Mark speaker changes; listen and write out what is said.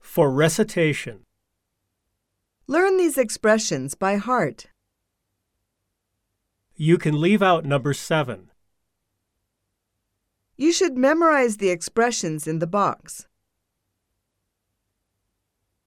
Speaker 1: For recitation,
Speaker 2: Learn these expressions by heart.
Speaker 1: you can leave out number 7.
Speaker 2: You should memorize the expressions in the box.